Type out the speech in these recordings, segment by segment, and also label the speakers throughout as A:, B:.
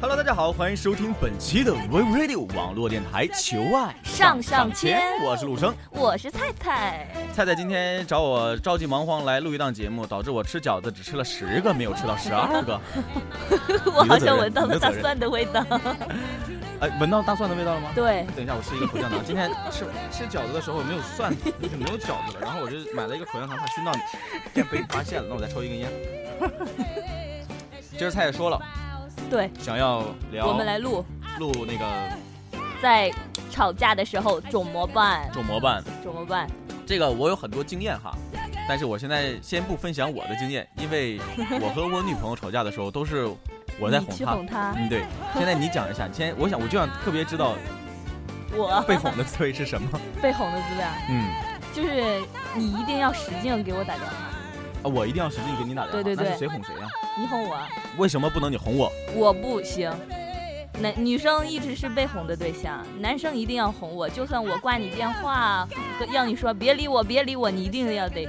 A: Hello，大家好，欢迎收听本期的 We Radio 网络电台《求爱
B: 上
A: 上
B: 上签
A: 我是陆生。
B: 我是菜菜，
A: 菜菜今天找我着急忙慌来录一档节目，导致我吃饺子只吃了十个，没有吃到十二 个。
B: 我好像
A: 责任
B: 闻到
A: 你的
B: 了大
A: 责任
B: 蒜的味 道。
A: 哎，闻到大蒜的味道了吗？
B: 对，
A: 等一下，我吃一个口香糖。今天吃
C: 吃饺子的时候没有蒜，就是没有饺子了，然后我就买了一个口香糖，怕熏 到你，被发现了，那我再抽一根 烟。
A: 今儿菜也说了，
B: 对，
A: 想要聊
B: 我们来录，
A: 录那个
B: 在吵架的时候怎么办？
A: 种模办，
B: 怎么办？
A: 这个我有很多经验哈，但是我现在先不分享我的经验，因 为我和我女朋友吵架的时候都是我在
B: 你
A: 哄
B: 去
A: 她。
B: 哄他，
A: 嗯，对。现在你讲一下，你先我想我就想特别知道嗯
B: 我
A: 被哄的滋味是什 么。
B: 被哄的滋味啊，
A: 嗯，
B: 就是你一定要使劲给我打电话，
A: 啊我一定要使劲给你打电话。
B: 对对对
A: 那是谁哄谁呀、
B: 你哄我啊，
A: 为什么不能你哄 我？
B: 我不行。男女生一直是被哄的对象，男生一定要哄我，就算我挂你电话，和要你说别理我，别理我，你一定要得。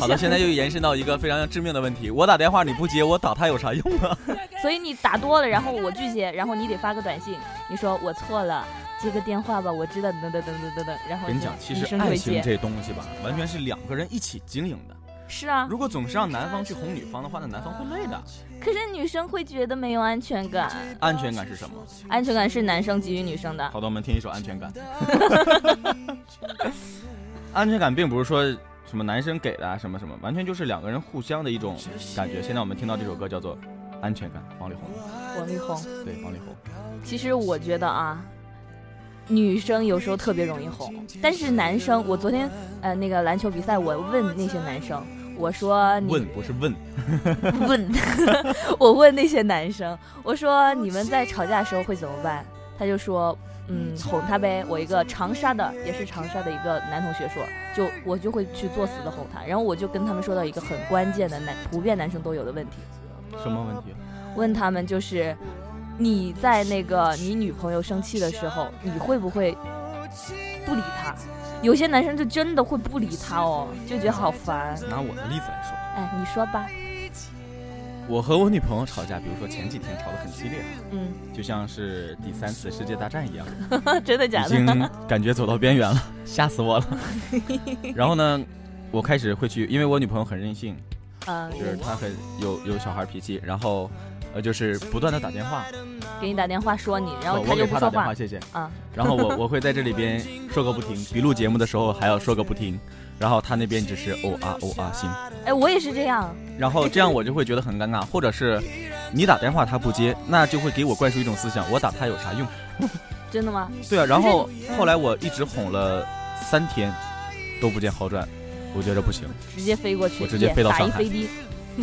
A: 好的，现在又延伸到一个非常致命的问题：我打电话你不接，我打他有啥用啊？
B: 所以你打多了，然后我拒接，然后你得发个短信，你说我错了，接个电话吧，我知道，等等等等等等，然后
A: 跟你 讲，其实
B: 女生就
A: 爱
B: 会
A: 情
B: 接，
A: 这东西吧，完全是两个人一起经营的。
B: 是啊，
A: 如果总是让男方去哄女方的话，那男方会累的。
B: 可是女生会觉得没有安全感，
A: 安全感是什么？
B: 安全感是男生给予女生的，
A: 好的，我们听一首《安全感》。安全感并不是说什么男生给的啊，什么什么，完全就是两个人互相的一种感觉。现在我们听到这首歌叫做《安全感》，王力宏，
B: 王力宏。
A: 对，王力宏。
B: 其实我觉得啊，女生有时候特别容易哄，但是男生，我昨天呃那个篮球比赛，我问那些男生，我说你
A: 问不是问，
B: 问， 我问那些男生，我说你们在吵架的时候会怎么办？他就说，嗯，哄他呗。我一个长沙的，也是长沙的一个男同学说，就我就会去作死的哄他。然后我就跟他们说到一个很关键的男，普遍男生都有的问题，
A: 什么问题？
B: 问他们就是，你在那个你女朋友生气的时候，你会不会不理她？有些男生就真的会不理她哦，就觉得好烦。
A: 拿我的例子来说，
B: 哎，你说吧，
A: 我和我女朋友吵架，比如说前几天吵得很激烈，
B: 嗯，
A: 就像是第三次世界大战一样，
B: 真的假
A: 已
B: 的？
A: 经感觉走到边缘了，吓死 我了。然后呢，我开始会去，因为我女朋友很任性，
B: 嗯，
A: 就是她很有有小孩脾气，然后呃就是不断的打电话，
B: 给你打电话说你，然
A: 我
B: 后
A: 我
B: 他
A: 给
B: 就不
A: 她
B: 说
A: 打电
B: 话
A: 话，谢谢。
B: 啊。
A: 然后我我会在这里边说个不停，比录节目的时候还要说个不停，然后他那边只是哦啊哦啊行，
B: 哎，我也是这样，
A: 然后这样我就会觉得很尴尬，或者是你打电话他不接，那就会给我灌输一种思想，我打他有啥用？
B: 真的吗？
A: 对啊，然后
B: 嗯
A: 后来我一直哄了三天，都不见好转，我觉着不行，
B: 直接飞过去，
A: 我直接
B: 也
A: 飞到
B: 打
A: 上
B: 一
A: 海
B: 飞的，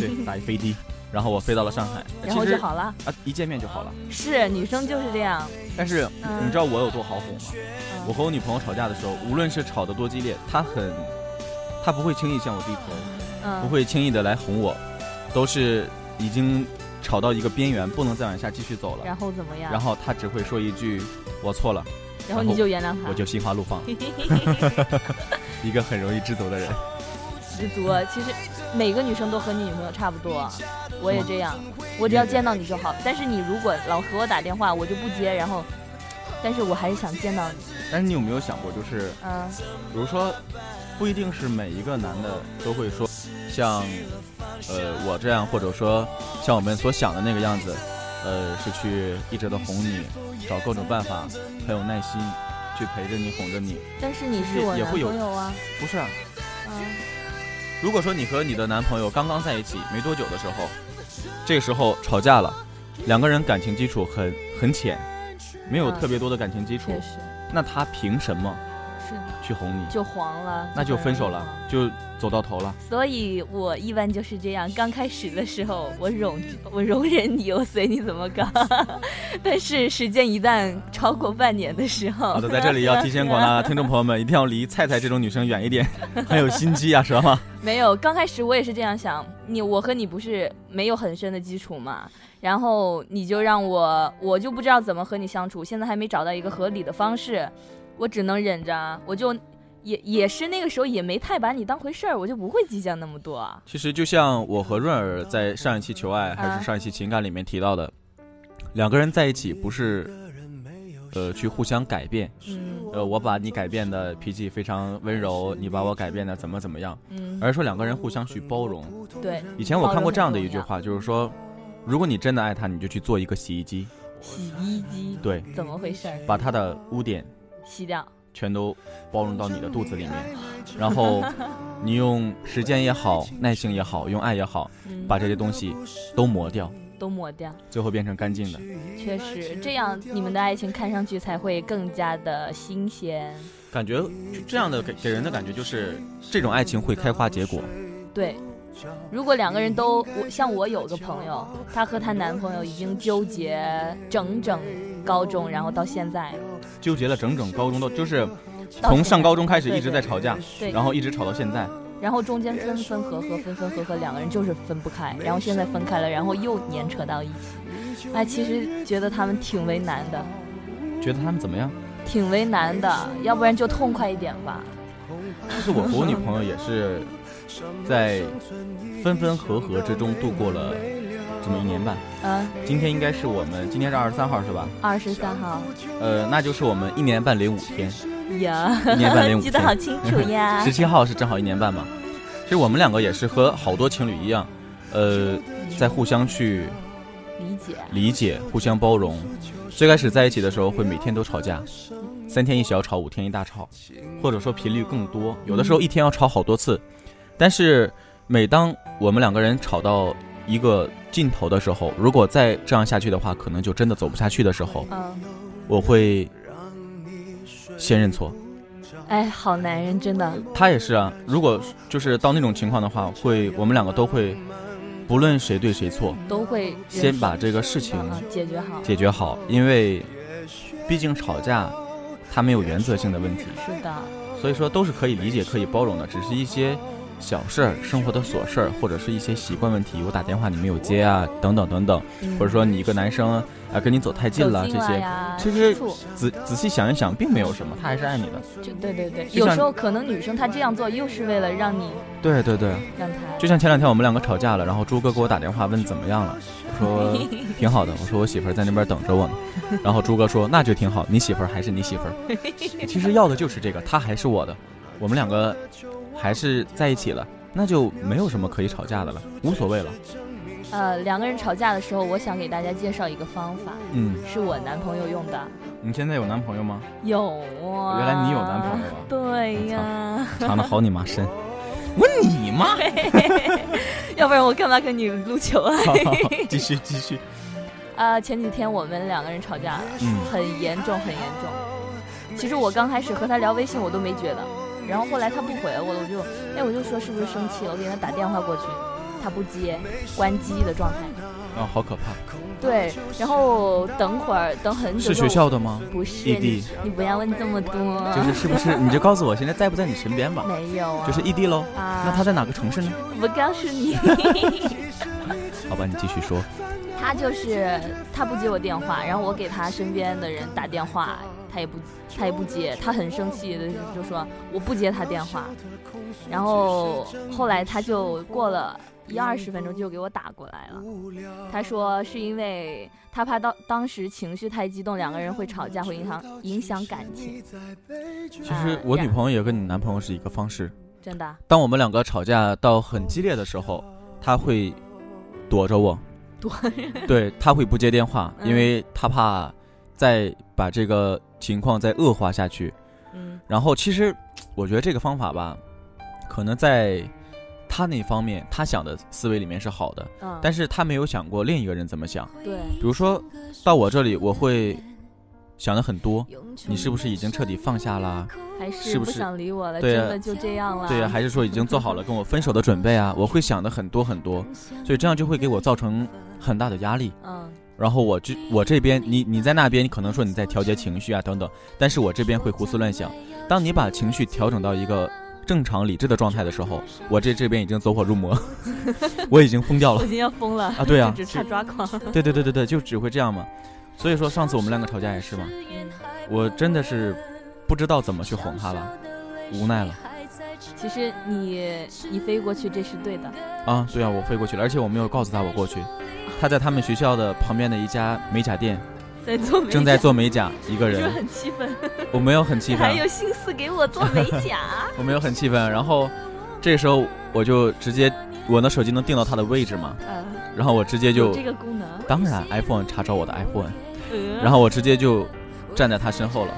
A: 对，打一飞的，然后我飞到了上海，
B: 然后
A: 其
B: 就
A: 实
B: 好了。
A: 啊一见面就好了，
B: 是女生就是这样，
A: 但是
B: 嗯
A: 你知道我有多好哄吗？
B: 嗯
A: 我和我女朋友吵架的时候，无论是吵得多激烈，她很，她不会轻易向我低头。
B: 嗯
A: 不会轻易的来哄我，都是已经吵到一个边缘，不能再往下继续走了。
B: 然后怎么样？
A: 然后他只会说一句“我错了
B: 然后你就原谅”，他，
A: 我就心花怒放，一个很容易知足的人。
B: 知足。其实每个女生都和你女朋友差不多，我也这样，我只要见到你就好。但是你如果老和我打电话，我就不接，然后，但是我还是想见到你。
A: 但是你有没有想过，就是
B: 嗯，
A: 比如说，不一定是每一个男的都会说像呃我这样，或者说像我们所想的那个样子，呃，是去一直的哄你，找各种办法，很有耐心去陪着你，哄着你。
B: 但是你是我
A: 也
B: 男
A: 会
B: 朋
A: 有
B: 友啊，
A: 不是啊，
B: 嗯，
A: 如果说你和你的男朋友刚刚在一起没多久的时候，这个时候吵架了，两个人感情基础很很浅，没有
B: 嗯
A: 特别多的感情基础
B: 确，实
A: 那他凭什么
B: 是的，
A: 去哄你？
B: 就黄了，嗯
A: 那就分手
B: 很容易黄
A: 了，就走到头了。
B: 所以我一般就是这样，刚开始的时候我容 我容忍你，我随你怎么搞， 但是时间一旦超过半年的时候，
A: 好的，在这里要提醒广大听众朋友们，一定要离菜菜这种女生远一点，很有心机啊，知 道吗？
B: 没有，刚开始我也是这样想，你我和你不是没有很深的基础嘛，然后你就让我，我就不知道怎么和你相处，现在还没找到一个合理的方式，我只能忍着啊，我就也也是那个时候也没太把你当回事儿，我就不会计较那么多啊。
A: 其实就像我和润儿在上一期求爱还
B: 啊
A: 是上一期情感里面提到的，两个人在一起不是，呃，去互相改变。
B: 嗯
A: 呃，我把你改变的脾气非常温柔，你把我改变的怎么怎么样，
B: 嗯，
A: 而是说两个人互相去包容。
B: 对，
A: 以前我看过这样的一句话，就是说，如果你真的爱他，你就去做一个洗衣机，
B: 洗衣机
A: 对，
B: 怎么回事儿？
A: 把他的污点
B: 洗掉，
A: 全都包容到你的肚子里面，然后你用时间也好，耐性也好，用爱也好，
B: 嗯，
A: 把这些东西都磨掉，
B: 都抹掉。
A: 最后变成干净的。
B: 确实，这样你们的爱情看上去才会更加的新鲜。
A: 感觉就这样的给给人的感觉就是，这种爱情会开花结果。
B: 对，如果两个人都，我像我有个朋友，她和她男朋友已经纠结整整高中，然后到现在，
A: 纠结了整整高中都就是
B: 到
A: 从
B: 现
A: 上
B: 在
A: 高中开始一
B: 对
A: 直
B: 对
A: 在吵架，
B: 对，
A: 然后一直吵到现在。
B: 然后中间分分合合，分分合合，两个人就是分不开，然后现在分开了，然后又粘扯到一起。哎，其实觉得他们挺为难的，
A: 觉得他们怎么样？
B: 挺为难的，要不然就痛快一点吧。
A: 就是我和我女朋友也是在分分合合之中度过了这么一年半。
B: 嗯，
A: 今天应该是我们今天是二十三号是吧？
B: 二十三号
A: 呃，那就是我们一年半零五天，
B: 呀
A: 一年半零五
B: 记得好
A: 天。
B: 清楚呀
A: 十。七号 是正好一年半嘛。其实我们两个也是和好多情侣一样，呃，在互相去
B: 理解，
A: 理解、互相包容。最开始在一起的时候会每天都吵架，三天一小吵，五天一大吵，或者说频率更多，有的时候一天要吵好多次。但是每当我们两个人吵到一个尽头的时候，如果再这样下去的话，可能就真的走不下去的时候，
B: 嗯，
A: 我会先认错。
B: 哎，好男人真的，
A: 他也是啊，如果就是到那种情况的话，会我们两个都会，不论谁对谁错，
B: 都会忍
A: 先
B: 住
A: 把这个事情
B: 啊解决好。
A: 解决好，因为毕竟吵架，它没有原则性的问题，
B: 是的，
A: 所以说都是可以理解、可以包容的，只是一些小事儿、生活的琐事儿，或者是一些习惯问题，我打电话你没有接啊，等等等等，
B: 嗯
A: 或者说你一个男生啊跟你走太近了
B: 走
A: 这
B: 近了
A: 些，
B: 呀
A: 其实
B: 啊接触
A: 仔仔细想一想，并没有什么，他还是爱你的。
B: 就对对对，
A: 就
B: 有
A: 像
B: 时候可能女生她这样做又是为了让你
A: 对对对，
B: 让她
A: 就像前两天我们两个吵架了，然后朱哥给我打电话问怎么样了， 我说挺好的，我说我媳妇儿在那边等着我呢，然后朱哥说那就挺好，你媳妇儿还是你媳妇儿， 其实要的就是这个，她还是我的，我们两个还是在一起了，那就没有什么可以吵架的了，无所谓了，
B: 呃，两个人吵架的时候，我想给大家介绍一个方法，
A: 嗯，
B: 是我男朋友用的。
A: 你现在有男朋友吗？
B: 有啊，
A: 原来你有男朋友啊
B: 对呀、
A: 藏的好你妈 深，我你妈，
B: 要不然我干嘛跟你录球啊？
A: 好继续继续，
B: 啊，前几天我们两个人吵架了，
A: 嗯
B: 很严重，很严重。其实我刚开始和他聊微信，我都没觉得，然后后来他不回我，我就，哎，我就说是不是生气了？我给他打电话过去，他不接，关机的状态。
A: 啊好可怕，
B: 对，然后等会儿，等很久
A: 是
B: 之后
A: 学校的吗？
B: 不是
A: 异地
B: 你，你不要问这么多，
A: 就是是不是你就告诉我现在在不在你身边吧，
B: 没有啊，
A: 就是异地喽，
B: 啊，
A: 那他在哪个城市呢？
B: 我告诉你，
A: 好吧，你继续说。
B: 他就是他不接我电话，然后我给他身边的人打电话，他也不他也不接，他很生气的就说我不接他电话，然后后来他就过了。一二十分钟就给我打过来了，他说是因为他怕当当时情绪太激动，两个人会吵架，会影响影响感情。
A: 其
B: 啊
A: 实我女朋友也跟你男朋友是一个方式。
B: 真的啊，
A: 当我们两个吵架到很激烈的时候，他会躲着 我，
B: 多
A: 对他会不接电话，
B: 嗯
A: 因为他怕再把这个情况再恶化下去。
B: 嗯
A: 然后其实我觉得这个方法吧，可能在他那方面他想的思维里面是好的，
B: 嗯，
A: 但是他没有想过另一个人怎么想。
B: 对
A: 比如说到我这里，我会想的很多，你是不是已经彻底放下啦？
B: 还
A: 是
B: 是
A: 不
B: 不
A: 是
B: 想理我了，
A: 对
B: 真
A: 啊
B: 的就这样了。
A: 对啊呀，还是说已经做好了跟我分手的准备啊？我会想的很多很多，所以这样就会给我造成很大的压力。
B: 嗯，
A: 然后我这我这边，你你在那边，你可能说你在调节情绪啊等等，但是我这边会胡思乱想。当你把情绪调整到一个正常理智的状态的时候，我这这边已经走火入魔， 我已经疯掉
B: 我
A: 了
B: 已经要疯了，
A: 啊！对 啊，
B: 只差抓狂。
A: 对对对对对，就只会这样嘛。所以说上次我们两个吵架也是嘛，我真的是不知道怎么去哄她了，无奈了。
B: 其实你你飞过去这是对的，
A: 啊，对啊，我飞过去了，而且我没有告诉他我过去，他在他们学校的旁边的一家美甲店
B: 在做美甲，
A: 正在做美甲，一个
B: 是 不是
A: 人，
B: 很气愤？
A: 我没有很气
B: 还
A: 愤，
B: 有心思给我做美 甲？
A: 我没有很气愤。然后这时候我就直接我的手机能定到他的位置嘛，
B: 呃，
A: 然后我直接
B: 有
A: 就
B: 这个功能。
A: 当然 iPhone 查找我的 iPhone，
B: 呃、
A: 然后我直接就站在他身后了。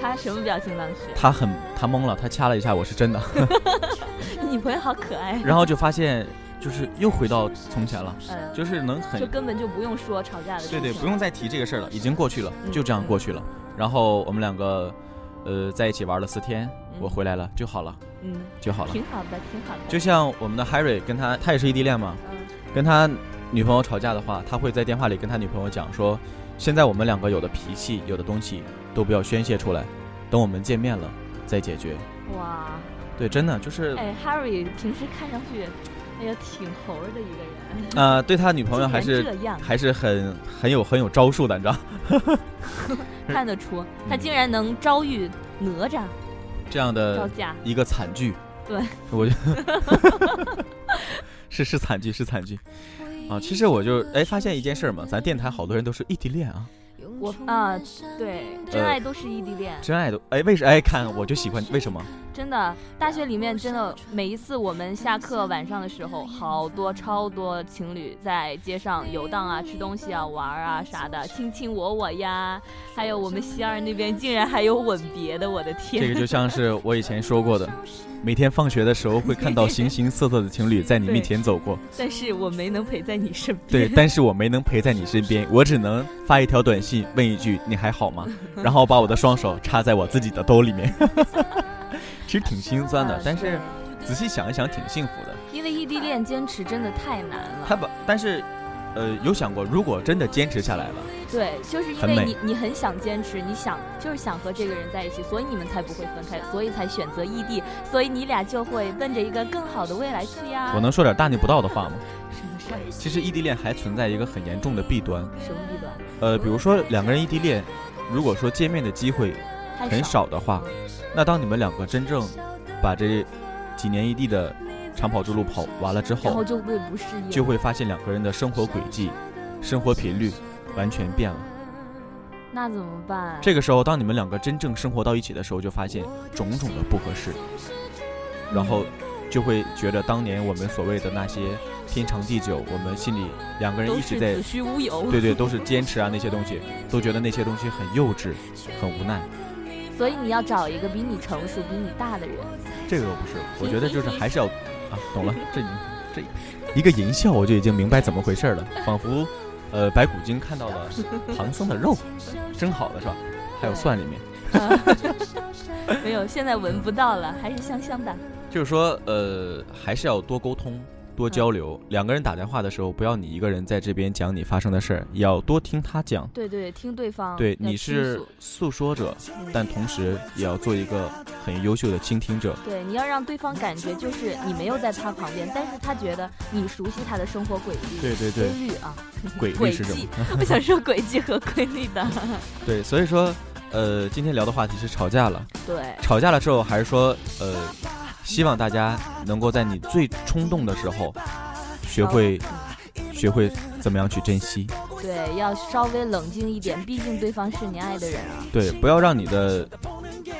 B: 他什么表情？当时
A: 他很他懵了，他掐了一下我是真的，
B: 你朋友好可爱，
A: 然后就发现就是又回到从前了，
B: 嗯，
A: 就是能
B: 就
A: 很
B: 根本就不用说吵架的事
A: 对
B: 情。
A: 对，不用再提这个事儿了，已经过去了，
B: 嗯
A: 就这样过去了。然后我们两个呃在一起玩了四天，
B: 嗯
A: 我回来了就好了
B: 嗯，
A: 就好了。
B: 挺好的，挺好的。
A: 就像我们的 Harry 跟他他也是异地恋嘛，
B: 嗯
A: 跟他女朋友吵架的话，他会在电话里跟他女朋友讲说，现在我们两个有的脾气有的东西都不要宣泄出来，等我们见面了再解决。
B: 哇，
A: 对，真的就是。
B: 哎，Harry 平时看上去，哎呀，挺猴儿的一个人，
A: 呃，对他女朋友还
B: 竟然
A: 是
B: 这 样，
A: 还是很很有很有招数的，你知道？
B: 看得出
A: 嗯
B: 他竟然能遭遇哪吒
A: 这样
B: 招
A: 的
B: 架。
A: 一个惨剧，
B: 对，
A: 我就 是是惨剧，是惨剧啊！其实我就哎发现一件事儿嘛，咱电台好多人都是异地恋啊，
B: 我啊，对，真爱都是异地恋，
A: 真爱都哎为什哎看我就喜欢为什 么？
B: 真的。大学里面真的每一次我们下课晚上的时候，好多超多情侣在街上游荡啊、吃东西啊、玩儿啊啥的，卿卿我我呀。还有我们西二那边竟然还有吻别的，我的天！
A: 这个就像是我以前说过的，每天放学的时候会看到形形色色的情侣在你面前走过，
B: 但是我没能陪在你身边。
A: 对，但是我没能陪在你身边，我只能发一条短信问一句你还好吗， 然后把我的双手插在我自己的兜里面， 其实挺心酸的
B: 啊，
A: 但 是仔细想一想挺幸福的。
B: 因为异地恋坚持真的太难了。
A: 他把，但是，呃，有想过，如果真的坚持下来了，
B: 对，就是因
A: 很
B: 为
A: 美
B: 你你很想坚持，你想就是想和这个人在一起，所以你们才不会分开，所以才选择异地，所以你俩就会奔着一个更好的未来去呀。
A: 我能说点大逆不道的话吗？
B: 什么事儿？
A: 其实异地恋还存在一个很严重的弊端，
B: 什么弊端？
A: 呃，比如说两个人异地恋，如果说见面的机会
B: 太
A: 很少的话，那当你们两个真正把这几年异地的长跑之路跑完了之
B: 然后
A: 后，
B: 就会不适应。
A: 就会发现两个人的生活轨迹、生活频率完全变了。
B: 那怎么办？
A: 这个时候，当你们两个真正生活到一起的时候，就发现种种的不合适，
B: 嗯
A: 然后就会觉得当年我们所谓的那些天长地久，我们心里两个人
B: 都
A: 一直
B: 是
A: 在
B: 子虚乌有。
A: 对对都是坚持啊那些东西，都觉得那些东西很幼稚，很无奈。
B: 所以你要找一个比你成熟、比你大的人。
A: 这个不是，我觉得就是还是要啊，懂了，这这一个淫笑我就已经明白怎么回事了，仿佛呃白骨精看到了唐僧的肉，蒸好的是吧？还有蒜里面。
B: 没有，现在闻不到了，还是香香的。
A: 就是说，呃，还是要多沟通、多交流。
B: 嗯
A: 两个人打电话的时候，不要你一个人在这边讲你发生的事儿，也要多听他讲。
B: 对对，听对方。
A: 对，
B: 哦要
A: 你
B: 倾
A: 是
B: 诉
A: 诉说者，
B: 嗯
A: 但同时也要做一个很优秀的倾听者。
B: 对，你要让对方感觉就是你没有在他旁边，但是他觉得你熟悉他的生活轨迹、
A: 对对对，
B: 规律啊，
A: 轨
B: 轨
A: 律是什么
B: 迹？。我想说轨迹和规律的。
A: 对，所以说，呃，今天聊的话题是吵架了。
B: 对，
A: 吵架了之后，还是说，呃，希望大家能够在你最冲动的时候，学
B: 嗯
A: 会学会怎么样去珍惜。
B: 对，要稍微冷静一点，毕竟对方是你爱的人啊。
A: 对，不要让你的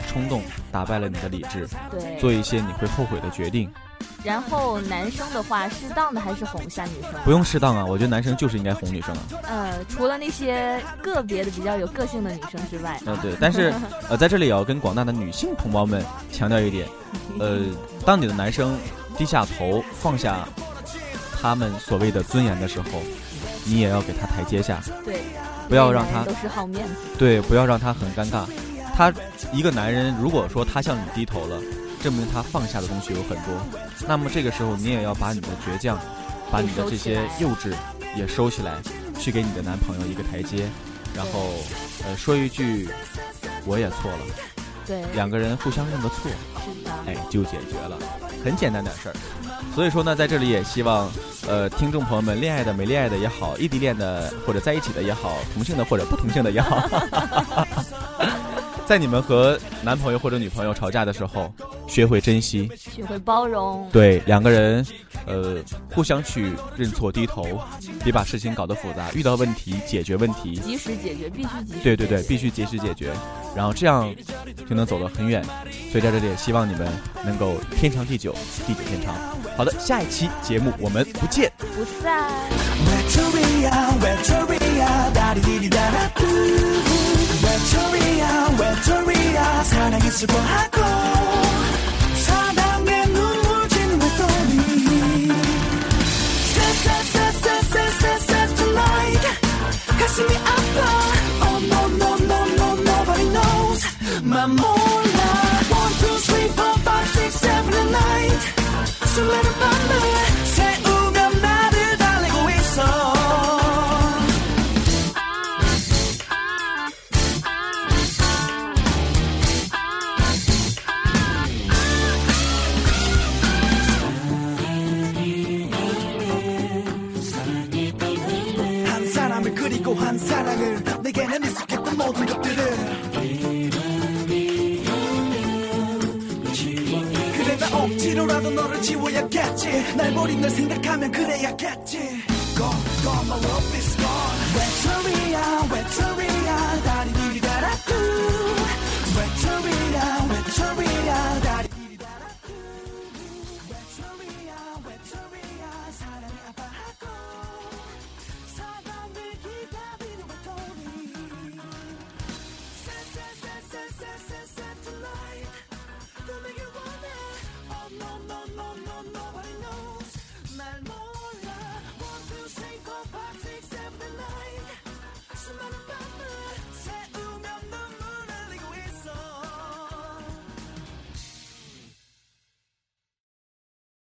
A: 冲动打败了你的理智，做
B: 对，
A: 一些你会后悔的决定。
B: 然后男生的话，适当的还是哄一下女生。
A: 不用适当啊，我觉得男生就是应该哄女生啊。
B: 呃，除了那些个别的比较有个性的女生之外，
A: 嗯、对。但 是，呃，在这里也要跟广大的女性同胞们强调一点，
B: 嗯
A: 呃，当你的男生低下头放下他们所谓的尊严的时候，你也要给他台阶下，
B: 对，
A: 不要让
B: 因为男
A: 他
B: 人都是好面子。
A: 对，不要让他很尴尬。他一个男人，如果说他向你低头了，证明他放下的东西有很多。那么这个时候，你也要把你的倔强，把你的这些幼稚也收起来，去给你的男朋友一个台阶，然后呃说一句我也错了，
B: 对，
A: 两个人互相认个错，
B: 是的。
A: 哎就解决了，很简单点事儿。所以说呢，在这里也希望，呃，听众朋友们，恋爱的没恋爱的也好，异地恋的或者在一起的也好，同性的或者不同性的也好， 在你们和男朋友或者女朋友吵架的时候，学会珍惜，
B: 学会包容，
A: 对两个人呃，互相去认错、低头，别把事情搞得复杂。遇到问题解决问题，
B: 及时解决，必须及时。
A: 对对对，必须及时解决，然后这样就能走得很远。所以在这里也希望你们能够天长地久，地久天长。好的，下一期节目我们不见
B: 不散。
D: Victoria, Victoria, 다리디리다라뚜 Victoria, Victoria, 사랑이 수고하고 사랑의 눈물 짓는 목소리 Sad, sad, sad, sad, sad, sad, sad tonight 가슴이 아파 Oh no, no, no, no, nobody knows 맘 몰라 One, two, three, four, five, six, seven, and night 설레는 밤에 새우가 나를 달리고 있어 한 사람을 그리고 한 사랑을 내게는 익숙했던 모든 것들을 그래 나 억지로라도 너를 지워야겠지 날 버린 널 생각하면 그래야겠지 Go go my love is gone